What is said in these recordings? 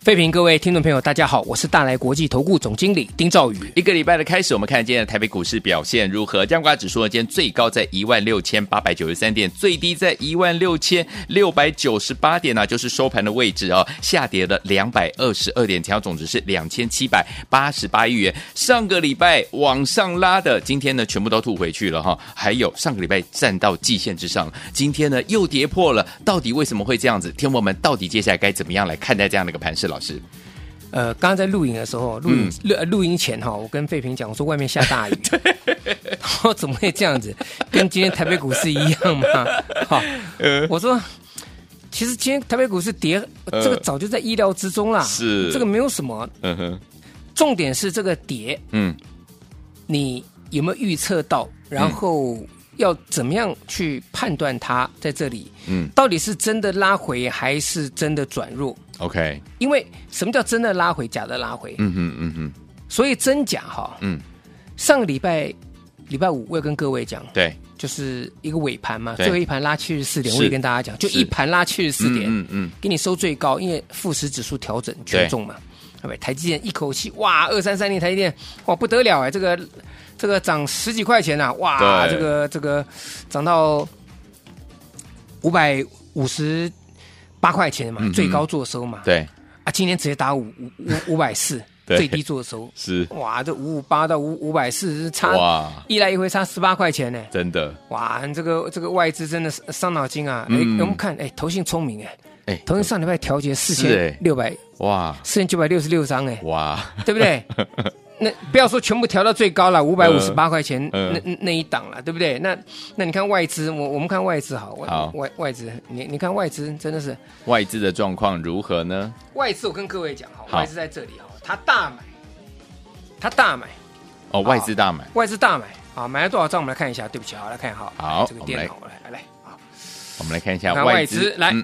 废评各位听众朋友，大家好，我是大来国际投顾总经理丁兆宇。一个礼拜的开始，我们看今天的台北股市表现如何？加挂指数呢，今天最高在一万六千八百九十三点，最低在一万六千六百九十八点呢、啊就是收盘的位置哦，下跌了两百二十二点，成交总值是两千七百八十八亿元。上个礼拜往上拉的，今天呢全部都吐回去了哈、还有上个礼拜站到季线之上，今天呢又跌破了，到底为什么会这样子？天友们，到底接下来该怎么样来看待这样的一个盘势？老师，呃，刚刚在录影的时候，录影录呃录音前哈，我跟费平讲，我说外面下大 雨，他说怎么会这样子？跟今天台北股市一样 吗？好，我说。其实今天台北股市跌，呃这个早就在意料之中啦。是这个没有什么。嗯哼，重点是这个跌，嗯。你有没有预测到？然后要怎么样去判断它在这里？嗯到底是真的拉回还是真的转弱？ OK，因为什么叫真的拉回，假的拉回？嗯哼嗯哼，所以真假哈，嗯，上个礼拜礼拜五我也跟各位讲，对，就是一个尾盘嘛，对最后一盘拉七十四点，是我也跟大家讲，就是一盘拉七十四点，嗯嗯给你收最高，因为富时指数调整权重嘛，对不对？台积电一口气哇，二三三零台积电哇不得了哎，这个这个涨十几块钱呐、啊哇，对这个这个涨到五百五十八块钱嘛，嗯嗯最高做收嘛，对，啊，今天直接打五五五五百四， 对最低做收，是哇，这五五八到五五百四差哇，一来一回差十八块钱呢，真的，哇，这个这个外资真的是伤脑筋啊！哎、嗯我们看，哎，投信聪明哎，哎，投信上礼拜调节四是千哎六百哇四千九百六十六张哎， 哇，对不对？那不要说全部调到最高了，五百五十八块钱、嗯那那那一档了，对不对？那那你看外资，我我们看外资好，外好外外资，你你看外资真的是外资的状况如何呢？外资，我跟各位讲哈，好外资在这里哈，他大买，他大买，哦，外资大买，外资大买啊，买了多少张？我们来看一下，对不起，好啊来看一下，好这个我们电来脑来来来，好。我们来看一下看外外资资来嗯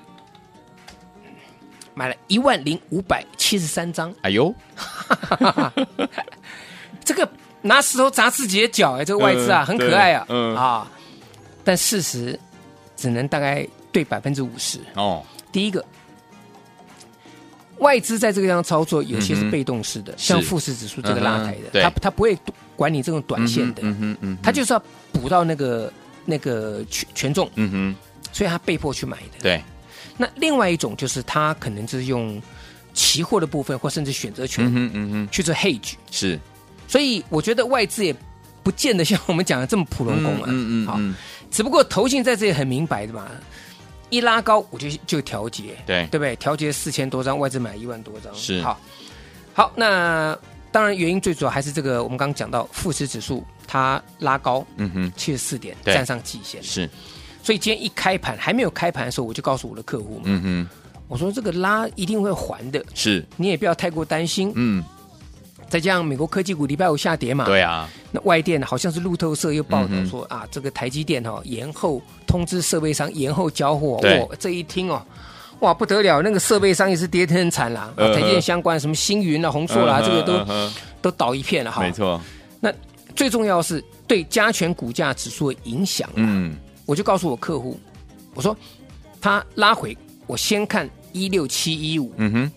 买了一万零五百七十三张，哎呦，这个拿石头砸自己的脚哎，这个外资啊、嗯很可爱啊，对嗯啊，但事实只能大概对百分之五十。哦，第一个，外资在这个地方操作，有些嗯是哼被动式的，像是富时指数这个拉嗯抬哼的，对它它不会管你这种短线的，嗯哼嗯哼，它就是要补到那个那个权权重，嗯哼，所以它被迫去买的。对，那另外一种就是它可能就是用期货的部分，或甚至选择权、嗯哼嗯哼，去做 hedge。是所以我觉得外资也不见得像我们讲的这么普龙工啊。嗯嗯好，嗯，只不过投信在这里很明白的嘛，一拉高我就就调节，对对不对？调节四千多张，外资买一万多张，是好，好，那当然原因最主要还是这个，我们刚刚讲到富时指数它拉高嗯哼，七十四点，对站上季线，是，所以今天一开盘还没有开盘的时候，我就告诉我的客户嘛，嗯哼，我说这个拉一定会还的，是，你也不要太过担心。嗯，再加上美国科技股礼拜五下跌嘛，对啊，那外电好像是路透社又报道嗯哼说、啊，这个台积电哦延后通知设备商延后交货，对哇，这一听哦，哇不得了，那个设备商也是跌得很惨啦，啊嗯哼台积电相关什么星云啊、宏硕啦、嗯哼这个嗯都哼都倒一片了哈。没，错，最重要是对加权股价指数的影响，嗯，我就告诉我客户，我说他拉回，我先看一六七一五，嗯哼，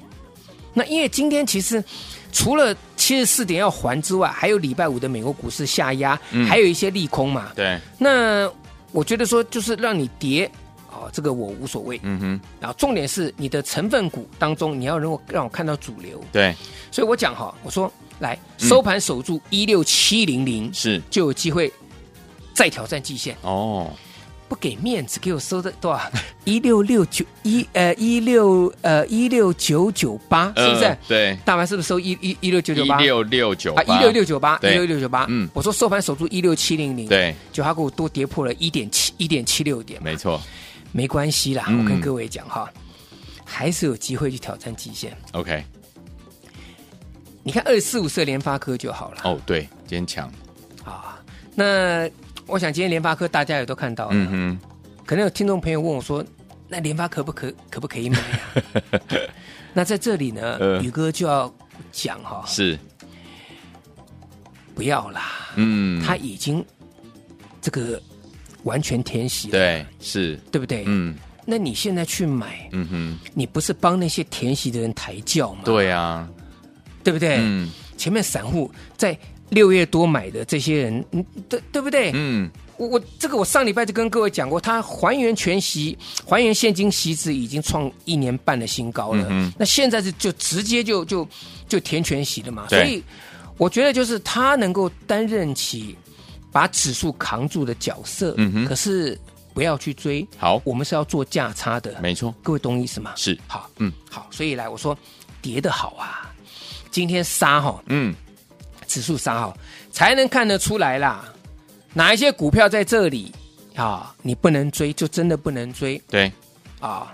那因为今天其实除了七十四点要还之外，还有礼拜五的美国股市下压，嗯还有一些利空嘛。对，那我觉得说，就是让你跌，哦，这个我无所谓。嗯哼，然后重点是你的成分股当中，你要能够让我看到主流。对，所以我讲哈，我说来嗯收盘守住一六七零零，是，就有机会再挑战季线。哦，不给面子，给我收的多少？ 一六六九一呃一六呃一六九九八是不是？呃对，大盘是不是收一一一六九九一八？六六九啊，一六六九八，一对六六九八。嗯嗯，我说收盘守住一六七零零，对，就它给我多跌破了一点七一点七六点嘛，没错没关系啦。嗯我跟各位讲哈，还是有机会去挑战极限。 ，OK，你看二四五四联发科就好了哦，对，坚强，啊。那我想今天联发科大家也都看到了，嗯哼，可能有听众朋友问我说，那联发可不可可不可以买 啊？那在这里呃呢，宇哥就要讲哈，是，不要啦，嗯，他已经这个完全填息了，对，是，对不对？嗯那你现在去买，嗯哼，你不是帮那些填息的人抬轿吗？对啊，对不对？嗯前面散户在六月多买的这些人，嗯，对对不对？嗯，我我这个我上礼拜就跟各位讲过，它还原全息、还原现金息值已经创一年半的新高了。嗯那现在是就直接就就就填全息了嘛，对所以我觉得就是它能够担任起把指数扛住的角色，嗯哼可是不要去追，好，我们是要做价差的，没错，各位懂意思吗？是，好，嗯嗯，好，所以来我说跌的好啊，今天杀哈、嗯，指数杀哈，才能看得出来啦。哪一些股票在这里啊？你不能追，就真的不能追对，啊。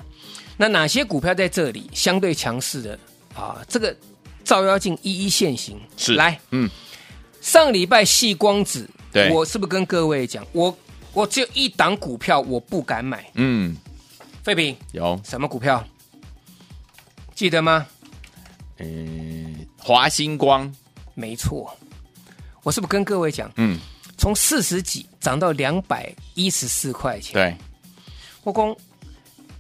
那哪些股票在这里相对强势的啊？这个照妖镜一一现形。是，来，嗯，上礼拜细光子，对我是不是跟各位讲，我我只有一档股票我不敢买，嗯，废品有，什么股票？记得吗？嗯，华星光，没错，我是不是跟各位讲，嗯，从四十几涨到两百一十四块钱？对，后宫，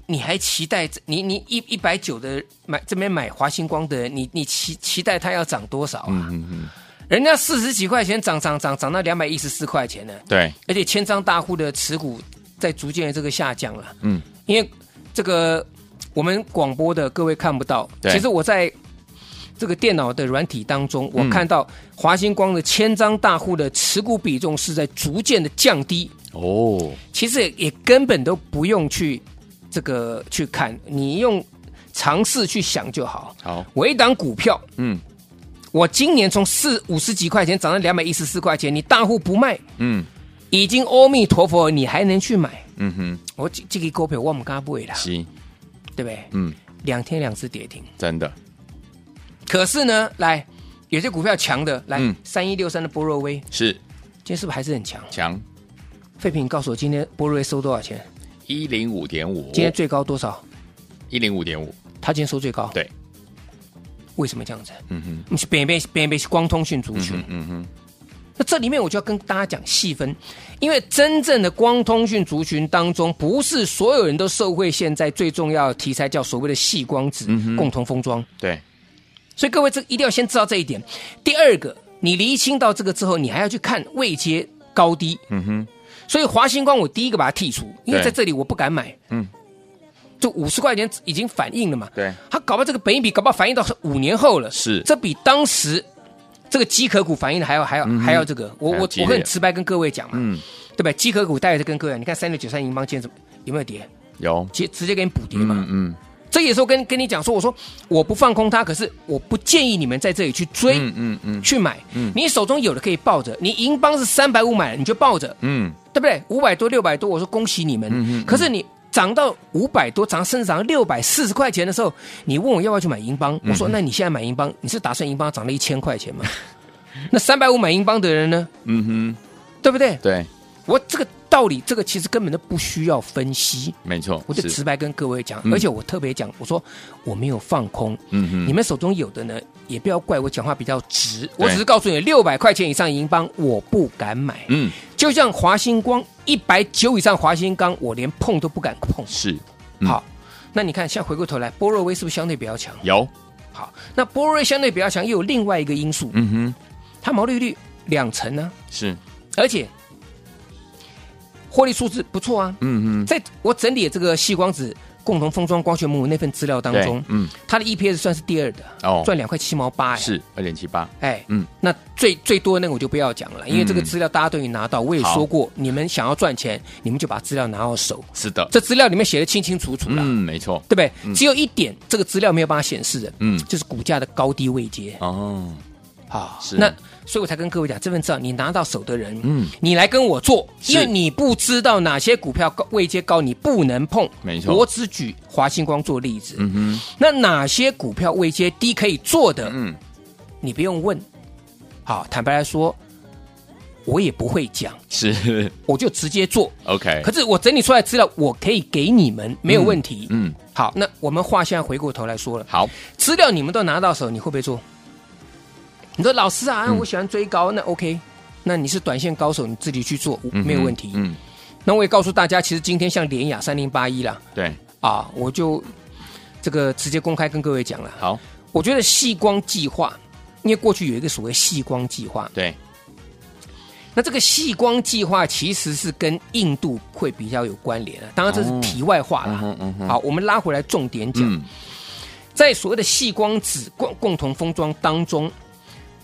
你还期待这你你一一百九的买这边买华星光的人，你你期期待它要涨多少啊？嗯嗯嗯，人家四十几块钱涨涨涨涨到两百一十四块钱呢，对，而且千张大户的持股在逐渐的这个下降了。嗯，因为这个我们广播的各位看不到，对其实我在。这个电脑的软体当中，我嗯看到华星光的千张大户的持股比重是在逐渐的降低，哦，其实也也根本都不用去这个去看，你用尝试去想就好。好，我一档股票，嗯我今年从四五十几块钱涨到两百一十四块钱，你大户不卖，嗯已经阿弥陀佛了，你还能去买？嗯哼，我这这个股票我们敢不会啦，是，对不对？嗯，两天两次跌停，真的，可是呢，来有些股票强的，来嗯三一六三的波若威，是今天是不是还是很强？强废品，你告诉我今天波若威收多少钱？一零五点五，今天最高多少？一零五点五，他今天收最高，对，为什么这样子？嗯哼，你是北边北边是光通讯族群。嗯哼，那这里面我就要跟大家讲细分，因为真正的光通讯族群当中，不是所有人都受惠。现在最重要的题材叫所谓的细光子、嗯哼共同封装，对，所以各位这一定要先知道这一点。第二个，你厘清到这个之后，你还要去看位阶高低。嗯哼，所以华星光我第一个把它剔除，因为对在这里我不敢买。嗯，就五十块钱已经反映了嘛。对，他搞不好这个本益比搞不好反映到五年后了，是这比当时这个机壳股反映的还要还要、还要这个，我嗯还要我激我烈很直白跟各位讲嘛，嗯，对不对？机壳股大家在跟各位讲，你看三六九三银邦今天怎么有没有跌？有，直直接给你补跌嘛。嗯嗯这也是我跟跟你讲说，我说我不放空它，可是我不建议你们在这里去追、嗯嗯嗯去买。你手中有的可以抱着，你银邦是三百五买了你就抱着，嗯，对不对？五百多、六百多，我说恭喜你们。可是你涨到五百多，涨甚至涨到六百四十块钱的时候，你问我要不要去买银邦？嗯我说、那你现在买银邦，你是打算银邦涨了一千块钱吗？ 那三百五买银邦的人呢？嗯哼，对不对？对，我这个道理，这个其实根本都不需要分析。没错，我就是直白跟各位讲，嗯而且我特别讲，我说我没有放空，嗯哼，你们们手中有的呢，也不要怪我讲话比较直，对我只是告诉你，六百块钱以上银邦我不敢买，嗯就像华星光一百九以上华星光，我连碰都不敢碰。是嗯好，那你看，现在回过头来，波若威是不是相对比较强？有，好，那波若威相对比较强，又有另外一个因素，嗯哼，它毛利率两成呢、是，而且获利数字不错啊。嗯哼，在我整理这个细光子共同封装光学母那份资料当中对，嗯，它的 EPS 算是第二的，哦赚两块七毛八，哎，是二点七八，哎，嗯嗯，那最最多的那个我就不要讲了，因为这个资料大家都已经拿到，我也好说过，你们想要赚钱，你们就把资料拿到手，是的，这资料里面写的清清楚楚了，嗯，没错，对不对？只有一点，这个资料没有办法显示的，嗯就是股价的高低位阶哦，啊是。那所以我才跟各位讲，这份资料你拿到手的人，嗯嗯，你来跟我做，是因为你不知道哪些股票高位阶高，你不能碰。没错我只举华星光做例子。嗯那哪些股票位阶低可以做的，哼，嗯，你不用问。好，坦白来说，我也不会讲，是我就直接做。 OK，可是我整理出来资料，我可以给你们，没有问题。哎嗯，好，那我们话现在回过头来说了，好，资料你们都拿到手，你会不会做？你说老师啊，嗯我喜欢追高，那 OK，那你是短线高手，你自己去做嗯哼没有问题。嗯，那我也告诉大家，其实今天像联雅三零八一啦，对，啊，我就这个直接公开跟各位讲了，好，我觉得细光计划，因为过去有一个所谓细光计划，对，那这个细光计划其实是跟印度会比较有关联啊。当然这是题外话嗯啦。哼嗯哼，好，我们拉回来重点讲，嗯，在所谓的细光子共共同封装当中，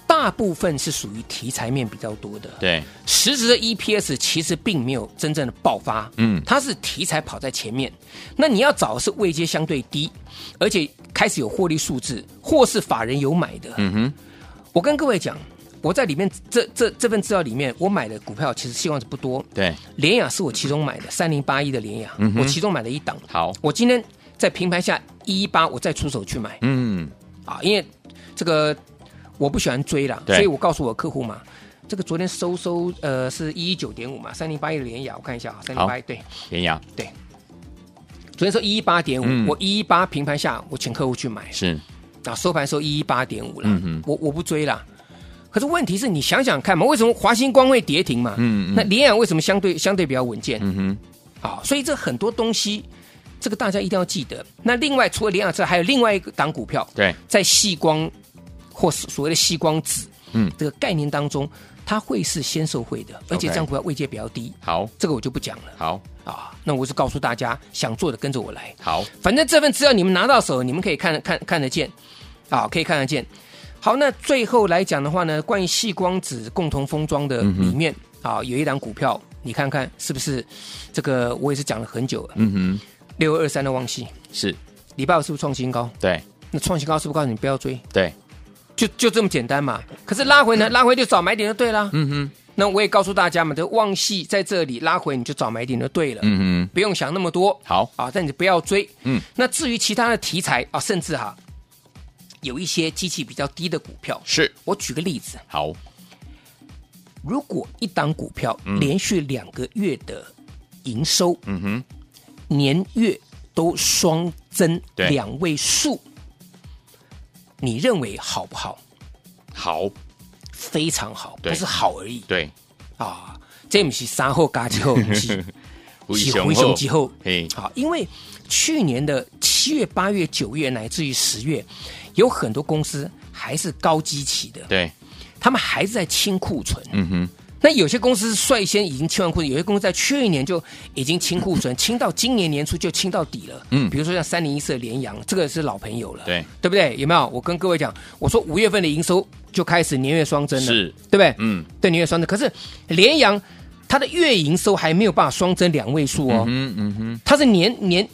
大部分是属于题材面比较多的，对，实质的 EPS 其实并没有真正的爆发，嗯它是题材跑在前面。那你要找的是位阶相对低，而且开始有获利数字，或是法人有买的。嗯哼，我跟各位讲，我在里面这这这份资料里面，我买的股票其实希望是不多，对，联雅是我其中买的，三零八一的联雅，嗯哼我其中买了一档。好，我今天在平盘下一一八，我再出手去买嗯，啊，因为这个我不喜欢追啦，对所以我告诉我客户嘛，这个昨天收收呃是一一九点五嘛，三零八一的联雅，我看一下啊，三零八一对，田雅昨天收一一八点嗯五，我一一八平盘下，我请客户去买，是，啊，收盘收一一八点五啦嗯哼，我我不追啦。可是问题是你想想看嘛，为什么华星光会跌停嘛？嗯嗯那联雅为什么相对相对比较稳健？嗯哼，啊，所以这很多东西，这个大家一定要记得。那另外除了联雅之外，还有另外一个档股票，对，在细光或是所谓的细光子，嗯这个概念当中，它会是先受惠的，而 OK 且这样股票位阶比较低，好，这个我就不讲了好，啊。那我是告诉大家，想做的跟着我来，好，反正这份资料你们拿到手，你们可以看看看得见，啊，可以看得见。好，那最后来讲的话呢，关于细光子共同封装的里面、嗯啊，有一档股票，你看看是不是？这个我也是讲了很久了，嗯六二三的旺系，哼，是礼拜五是不是创新高？对，那创新高是不是告诉你不要追？对，就就这么简单嘛。可是拉回呢，拉回就找买点就对啦。嗯哼，那我也告诉大家嘛，这旺系在这里拉回，你就找买点就对了，嗯哼，不用想那么多。好，啊，但你不要追。嗯，那至于其他的题材啊，甚至哈、有一些机器比较低的股票，是，我举个例子，好，如果一档股票连续两个月的营收，嗯哼，年月都双增对两位数，你认为好不好？好，非常好，对不是好而已对，啊！这不是三后嘎几后，不是 胡是灰熊之后嘿，好，啊因为去年的七月、八月、九月，乃至于十月，有很多公司还是高基期的，对，他们还是在清库存。嗯哼，那有些公司率先已经清完库存，有些公司在去年就已经清 库存，清到今年年初就清到底了。嗯比如说像三零一四的联阳，这个是老朋友了，对对不对？有没有？我跟各位讲，我说五月份的营收就开始年月双增了，是对不对？嗯，对年月双增。可是联阳它的月营收还没有办法双增两位数哦，嗯嗯哼，它是年年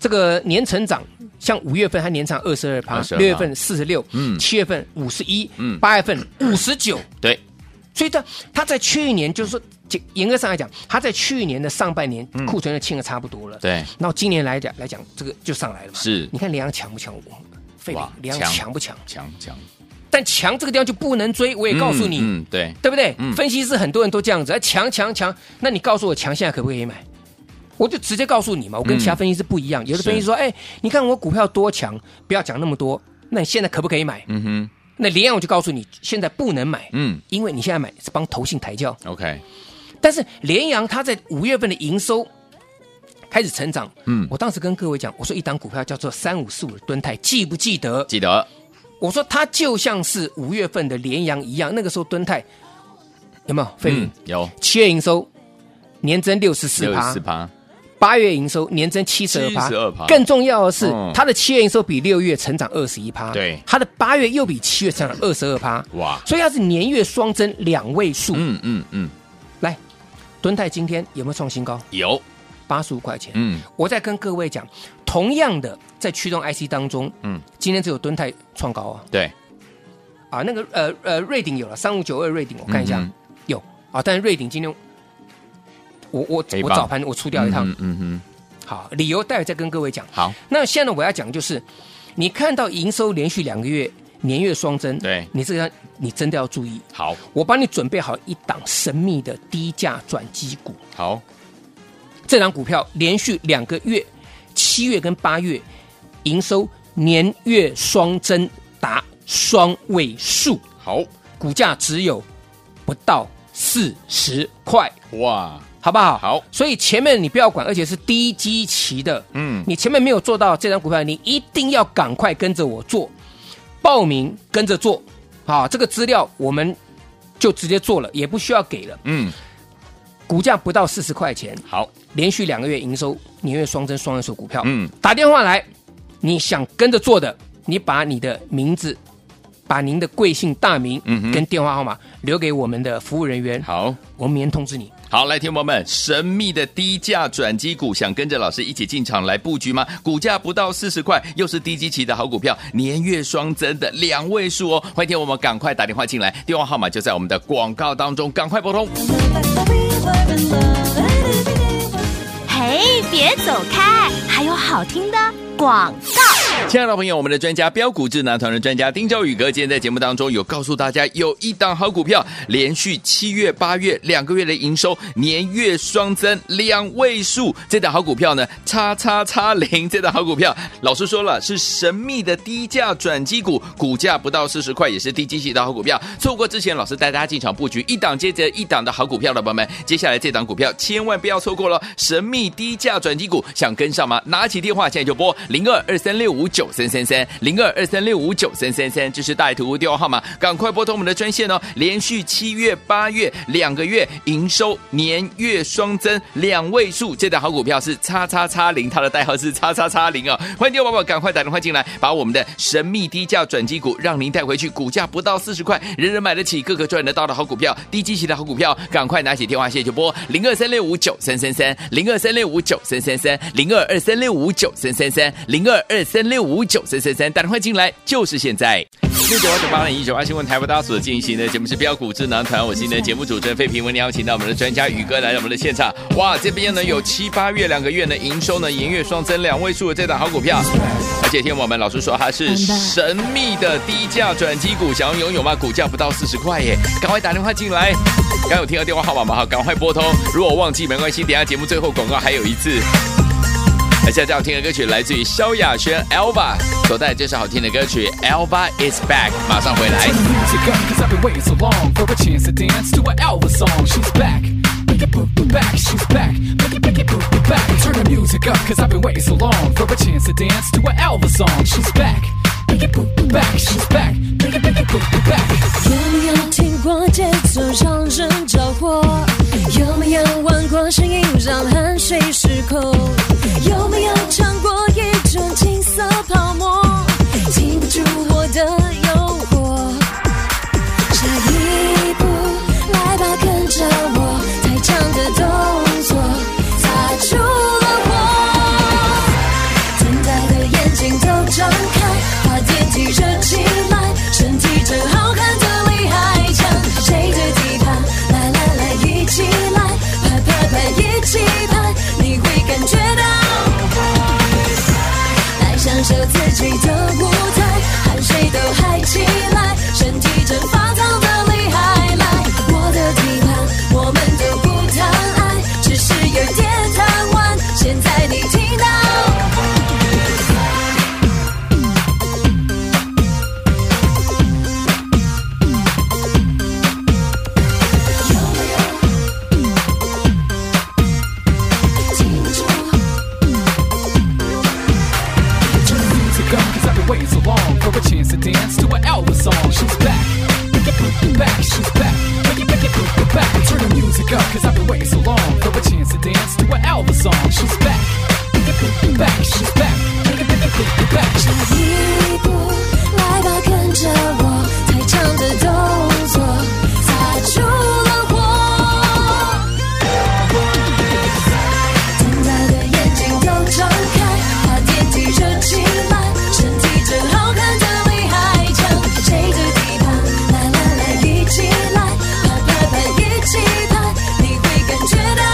这个年成长，像五月份它年长二十二趴， 22%六月份四十六，嗯七月份五十一，嗯八月份五十九，对，所以它它在去年就是说简严格上来讲，它在去年的上半年库存就清的差不多了，嗯对，那今年来讲来讲，这个就上来了嘛，是你看联阳强不强？我费哇联强阳强不强？强强，但强这个地方就不能追，我也告诉你，嗯，嗯对，对不对？嗯分析师很多人都这样子，啊强强强，那你告诉我强现在可不可以买？我就直接告诉你嘛，我跟其他嗯分析师不一样，有的分析师说，哎，你看我股票多强，不要讲那么多，那你现在可不可以买？嗯哼，那联阳我就告诉你，现在不能买，嗯因为你现在买是帮投信抬轿， ，OK，但是联阳它在五月份的营收。开始成长，嗯我当时跟各位讲，我说一档股票叫做三五四五的吨泰，记不记得？记得，我说它就像是五月份的联阳一样，那个时候吨泰有没有？费明、嗯，有七月营收年增六十四六十趴四，趴，八月营收年增七十二趴72%，更重要的是嗯，它的七月营收比六月成长二十一趴，对它的八月又比七月成长二十二趴，哇所以它是年月双增两位数。嗯嗯嗯，来，敦泰今天有没有创新高？有，八十五块钱。嗯我再跟各位讲，同样的在驱动 IC 当中，嗯，今天只有敦泰创高啊对，啊，那个呃呃瑞鼎有了三五九二瑞鼎，我看一下、嗯有啊，但是瑞鼎今天我我黑我棒早盘我出掉一趟，嗯嗯嗯，好，理由待会再跟各位讲。好，那现在我要讲就是，你看到营收连续两个月年月双增，对你这个你真的要注意。好，我帮你准备好一档神秘的低价转机股，好，这档股票连续两个月，七月跟八月营收年月双增达双位数，好，股价只有不到四十块，哇，好不好？好所以前面你不要管，而且是低基期的，嗯你前面没有做到这张股票，你一定要赶快跟着我做，报名跟着做，好，这个资料我们就直接做了，也不需要给了，嗯，股价不到四十块钱，好，连续两个月营收年月双增双位数股票，嗯，打电话来，你想跟着做的，你把你的名字。把您的贵姓、大名嗯哼跟电话号码留给我们的服务人员，好。我们明天通知你。好，来，听众朋友们，神秘的低价转机股，想跟着老师一起进场来布局吗？股价不到四十块，又是低基期的好股票，年月双增的两位数哦！欢迎我们赶快打电话进来，电话号码就在我们的广告当中，赶快拨通。嘿，别走开，还有好听的广告。亲爱的朋友，我们的专家标股智囊团的专家丁兆宇哥，今天在节目当中有告诉大家，有一档好股票，连续七月、八月两个月的营收，年月双增两位数。这档好股票呢，叉叉叉零，这档好股票，老师说了是神秘的低价转机股，股价不到四十块，也是低基期的好股票。错过之前老师带大家进场布局一档接着一档的好股票的朋友们，接下来这档股票千万不要错过了，神秘低价转机股，想跟上吗？拿起电话现在就拨零二二三六五九三三三零二二三六五九三三三，这是大图电话号码，赶快拨通我们的专线哦。连续七月、八月两个月营收年月双增两位数，这档好股票是叉叉叉零，它的代号是叉叉叉零哦。欢迎听众宝宝赶快打电话进来，把我们的神秘低价转机股让您带回去，股价不到四十块，人人买得起，个个赚得到的好股票，低基期的好股票，赶快拿起电话线就拨零二三六五九三三三零二三六五九三三三零二二三六五九三三三零二二三六五九三三三，打电话进来就是现在。六九八九八零一九八新闻台为大家所进行的节目是标股智囊团，我是你的节目主持人费平，为您邀请到我们的专家宇哥来到我们的现场。哇，这边呢有七八月两个月呢营收呢年月双增两位数的这档好股票，而且听我们老师说它是神秘的低价转机股，想要拥有吗？股价不到四十块耶，赶快打电话进来。刚有听到电话号码吗？好，赶快拨通。如果忘记没关系，等一下节目最后广告还有一次。而现在要听的歌曲来自于萧亚轩 Elva 所带来这首好听的歌曲 Elva is back，马上回来 Turn。the music up, cause I've been waiting so long for a chance to dance to an Elvis song. She's back. Make it boop boop back, she's back. Make it make it boop boop back. Turn the music up, cause I've been waiting so long for a chance to dance to an Elvis song. She's back. Make it boop boop back, she's back. Make it make it boop boop back. 有没有听过节奏让人着火？有没有玩过声音让汗水失控？有没有尝过一种金色泡沫？禁不住我的诱惑。下一步，来吧，跟着我，太强的动作擦出了火。天大的眼睛都张开，把电梯热起来，身体真好看的厉害，抢谁的地盘？来来来，一起来，拍拍拍，一起拍，你会感觉 song. She's back. Back, she's back. Back, she's 一步，来吧，跟着我，太长的动作擦出了火。等待的眼睛都张开，把电梯热起来，身体真好看的厉害，抢谁的地盘？来来来，一起来，拍拍拍，一起拍，你会感觉到。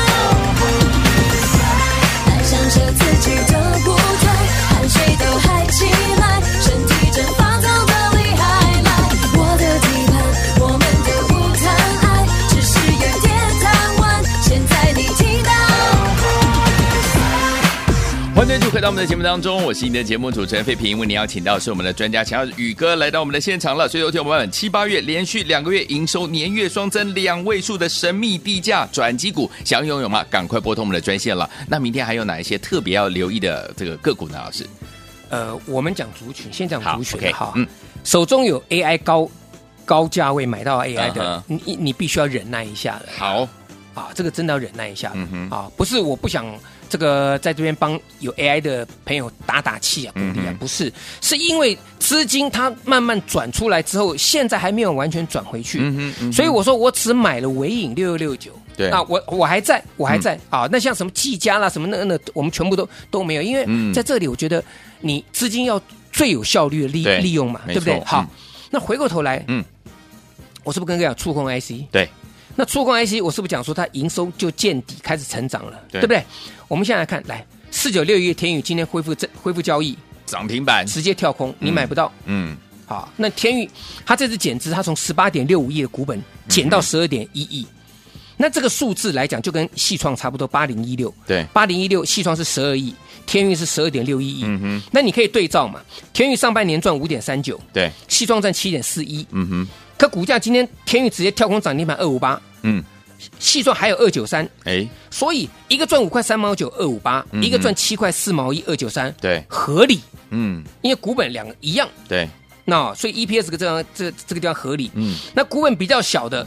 爱上这刺激的舞台，汗水都嗨起来，身体正放纵的厉害。来，我的地盘，我们的舞台，爱只是有点贪玩，现在你听到。欢迎继续回到我们的节目当中，我是你的节目主持人费平，为您邀请到是我们的专家强宇哥来到我们的现场了。所以，有请我们七八月连续两个月营收年月双增两位数的神秘低价转机股，想要拥有吗？赶快拨通我们的专线了。那明天还有哪一些特别要留意的这个个股呢？老师，呃，我们讲族群，先讲好族群，OK，哈。嗯嗯，手中有 AI 高高价位买到 AI 嗯哼的，你你必须要忍耐一下的好，啊，这个真的要忍耐一下。嗯哼啊，不是我不想这个在这边帮有 AI 的朋友打打气啊、鼓励啊，嗯哼不是，是因为资金它慢慢转出来之后，现在还没有完全转回去，嗯哼嗯哼所以我说我只买了尾影六六六九。对嗯啊，我我还在，我还在、啊。那像什么技嘉啦，什么那个那个，我们全部都都没有，因为嗯在这里，我觉得你资金要最有效率的利对利用嘛，没对不对错？好，嗯那回过头来，嗯嗯，我是不是跟各位讲触控 IC？对，那触控 IC 我是不是讲说它营收就见底开始成长了，对不对？我们现在来看，来四九六一天宇今天恢复这恢复交易，涨停板，直接跳空，你买不到。嗯，好，啊那天宇它这次减资，它从十八点六五亿的股本嗯减到十二点一亿，那这个数字来讲就跟细创差不多，八零一六，对八零一六细创是十二亿，天宇是十二点六一亿，嗯哼，那你可以对照嘛，天宇上半年赚五点三九，对，细创赚七点四一，嗯哼，可股价今天天宇直接跳空涨停板二五八，嗯，细创还有二九三，哎，所以一个赚五块三毛九二五八，嗯哼一个赚七块四毛一二九三，对，合理，嗯，因为股本两个一样，对，那所以 EPS 这个地方这这个地方合理。嗯，那股本比较小的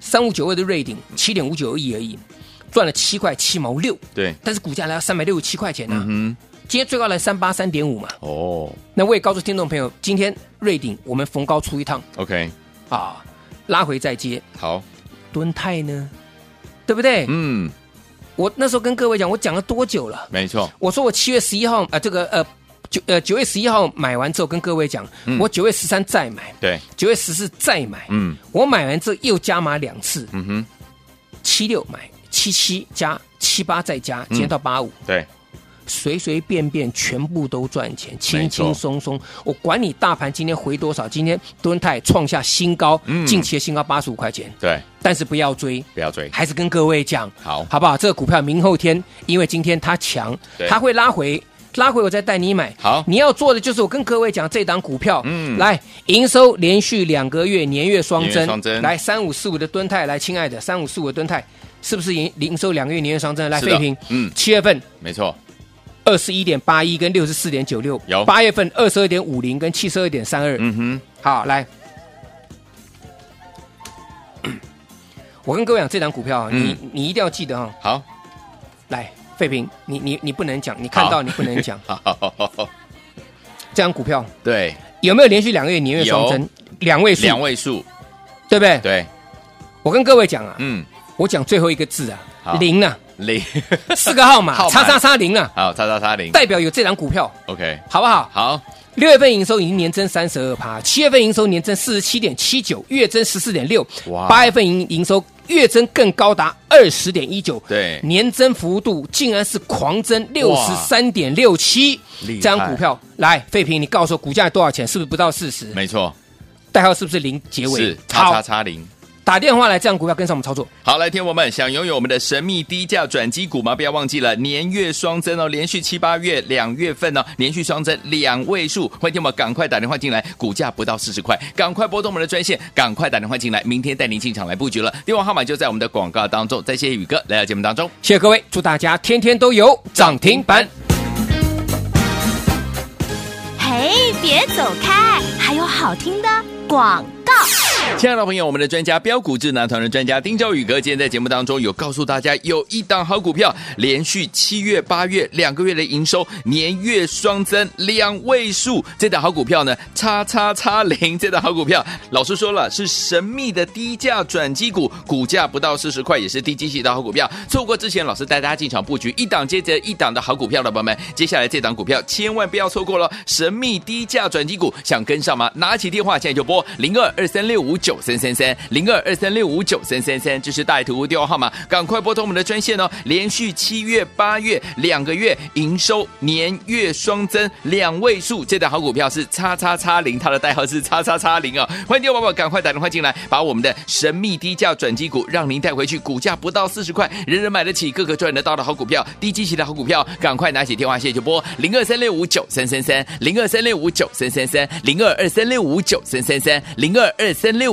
三五九二的瑞鼎七点五九亿而已，赚了七块七毛六，对，但是股价来到三百六十七块钱呢、啊。嗯今天最高来三八三点五嘛，哼，哦那我也告诉听众朋友，今天瑞鼎我们逢高出一趟，OK，啊，拉回再接。好，敦泰呢，对不对？嗯，我那时候跟各位讲，我讲了多久了？没错，我说我七月十一号啊、呃这个呃九呃九月十一号买完之后，跟各位讲，嗯我九月十三再买，对，九月十四再买，嗯我买完之后又加码两次，嗯哼，七六买，七七加，七八再加，嗯今天到八五、对，随随便便全部都赚钱，轻没错轻松松。我管你大盘今天回多少，今天敦泰创下新高，嗯近期的新高八十五块钱，对，但是不要追，不要追，还是跟各位讲，好好不好？这个股票明后天，因为今天它强对，它会拉回，拉回我再带你买。好你要做的就是我跟各位讲这档股票，嗯来营收连续两个月年月双年月增，双增来三五四五的敦泰，来亲爱的三五四五的敦泰，是不是营营收两个月年月双增？来是的废平，嗯七月份。没错，二十一点八一跟六十四点九六，有八月份二十二点五零跟七十二点三二，嗯哼，好，来， 我跟各位讲这档股票啊，你、你一定要记得啊、好，来，费平，你你你不能讲，你看好，到你不能讲 好，这档股票对，有没有连续两个月年月双增两位数，两位数，对不对？对，我跟各位讲啊，嗯，我讲最后一个字好啊，零啊，零， 四个号码，号码叉叉叉零啊，好，叉叉叉零代表有这档股票， ，OK，好不好？好，六月份营收已经年增三十二趴，七月份营收年增四十七点七九，月增十四点六哇，八月份营营收月增更高达二十点一九，对年增幅度竟然是狂增六十哇三点六七厉，害这张股票来，费平，你告诉我股价多少钱？是不是不到四十？没错，代号是不是零结尾？是叉叉好叉零。打电话来，这张股票跟上我们操作。好，来，听我们想拥有我们的神秘低价转机股吗？不要忘记了，年月双增哦，连续七八月两月份呢、哦，连续双增两位数，欢迎听我们赶快打电话进来，股价不到四十块，赶快拨动我们的专线，赶快打电话进来，明天带您进场来布局了。电话号码就在我们的广告当中。再谢谢宇哥来到节目当中。谢谢各位，祝大家天天都有涨停板。嘿，别走开，还有好听的广告。亲爱的朋友我们的专家标股智囊团的专家丁兆宇哥，今天在节目当中有告诉大家，有一档好股票，连续七月、八月两个月的营收，年月双增两位数。这档好股票呢，叉叉叉零，这档好股票，老师说了是神秘的低价转机股，股价不到四十块，也是低基期的好股票。错过之前，老师带大家进场布局一档接着一档的好股票了，宝宝们，接下来这档股票千万不要错过了，神秘低价转机股，想跟上吗？拿起电话现在就拨零二二三六五九三三三零二二三六五九三三三，这是大图电话号码，赶快拨通我们的专线哦。连续七月、八月两个月营收年月双增两位数，这档好股票是叉叉叉零，它的代号是叉叉叉零啊。欢迎听众宝宝赶快打电话进来，把我们的神秘低价转机股让您带回去，股价不到四十块，人人买得起，个个赚得到的好股票，低基期的好股票，赶快拿起电话线就拨零二三六五九三三三零二三六五九三三三零二二三六五九三三三零二二三六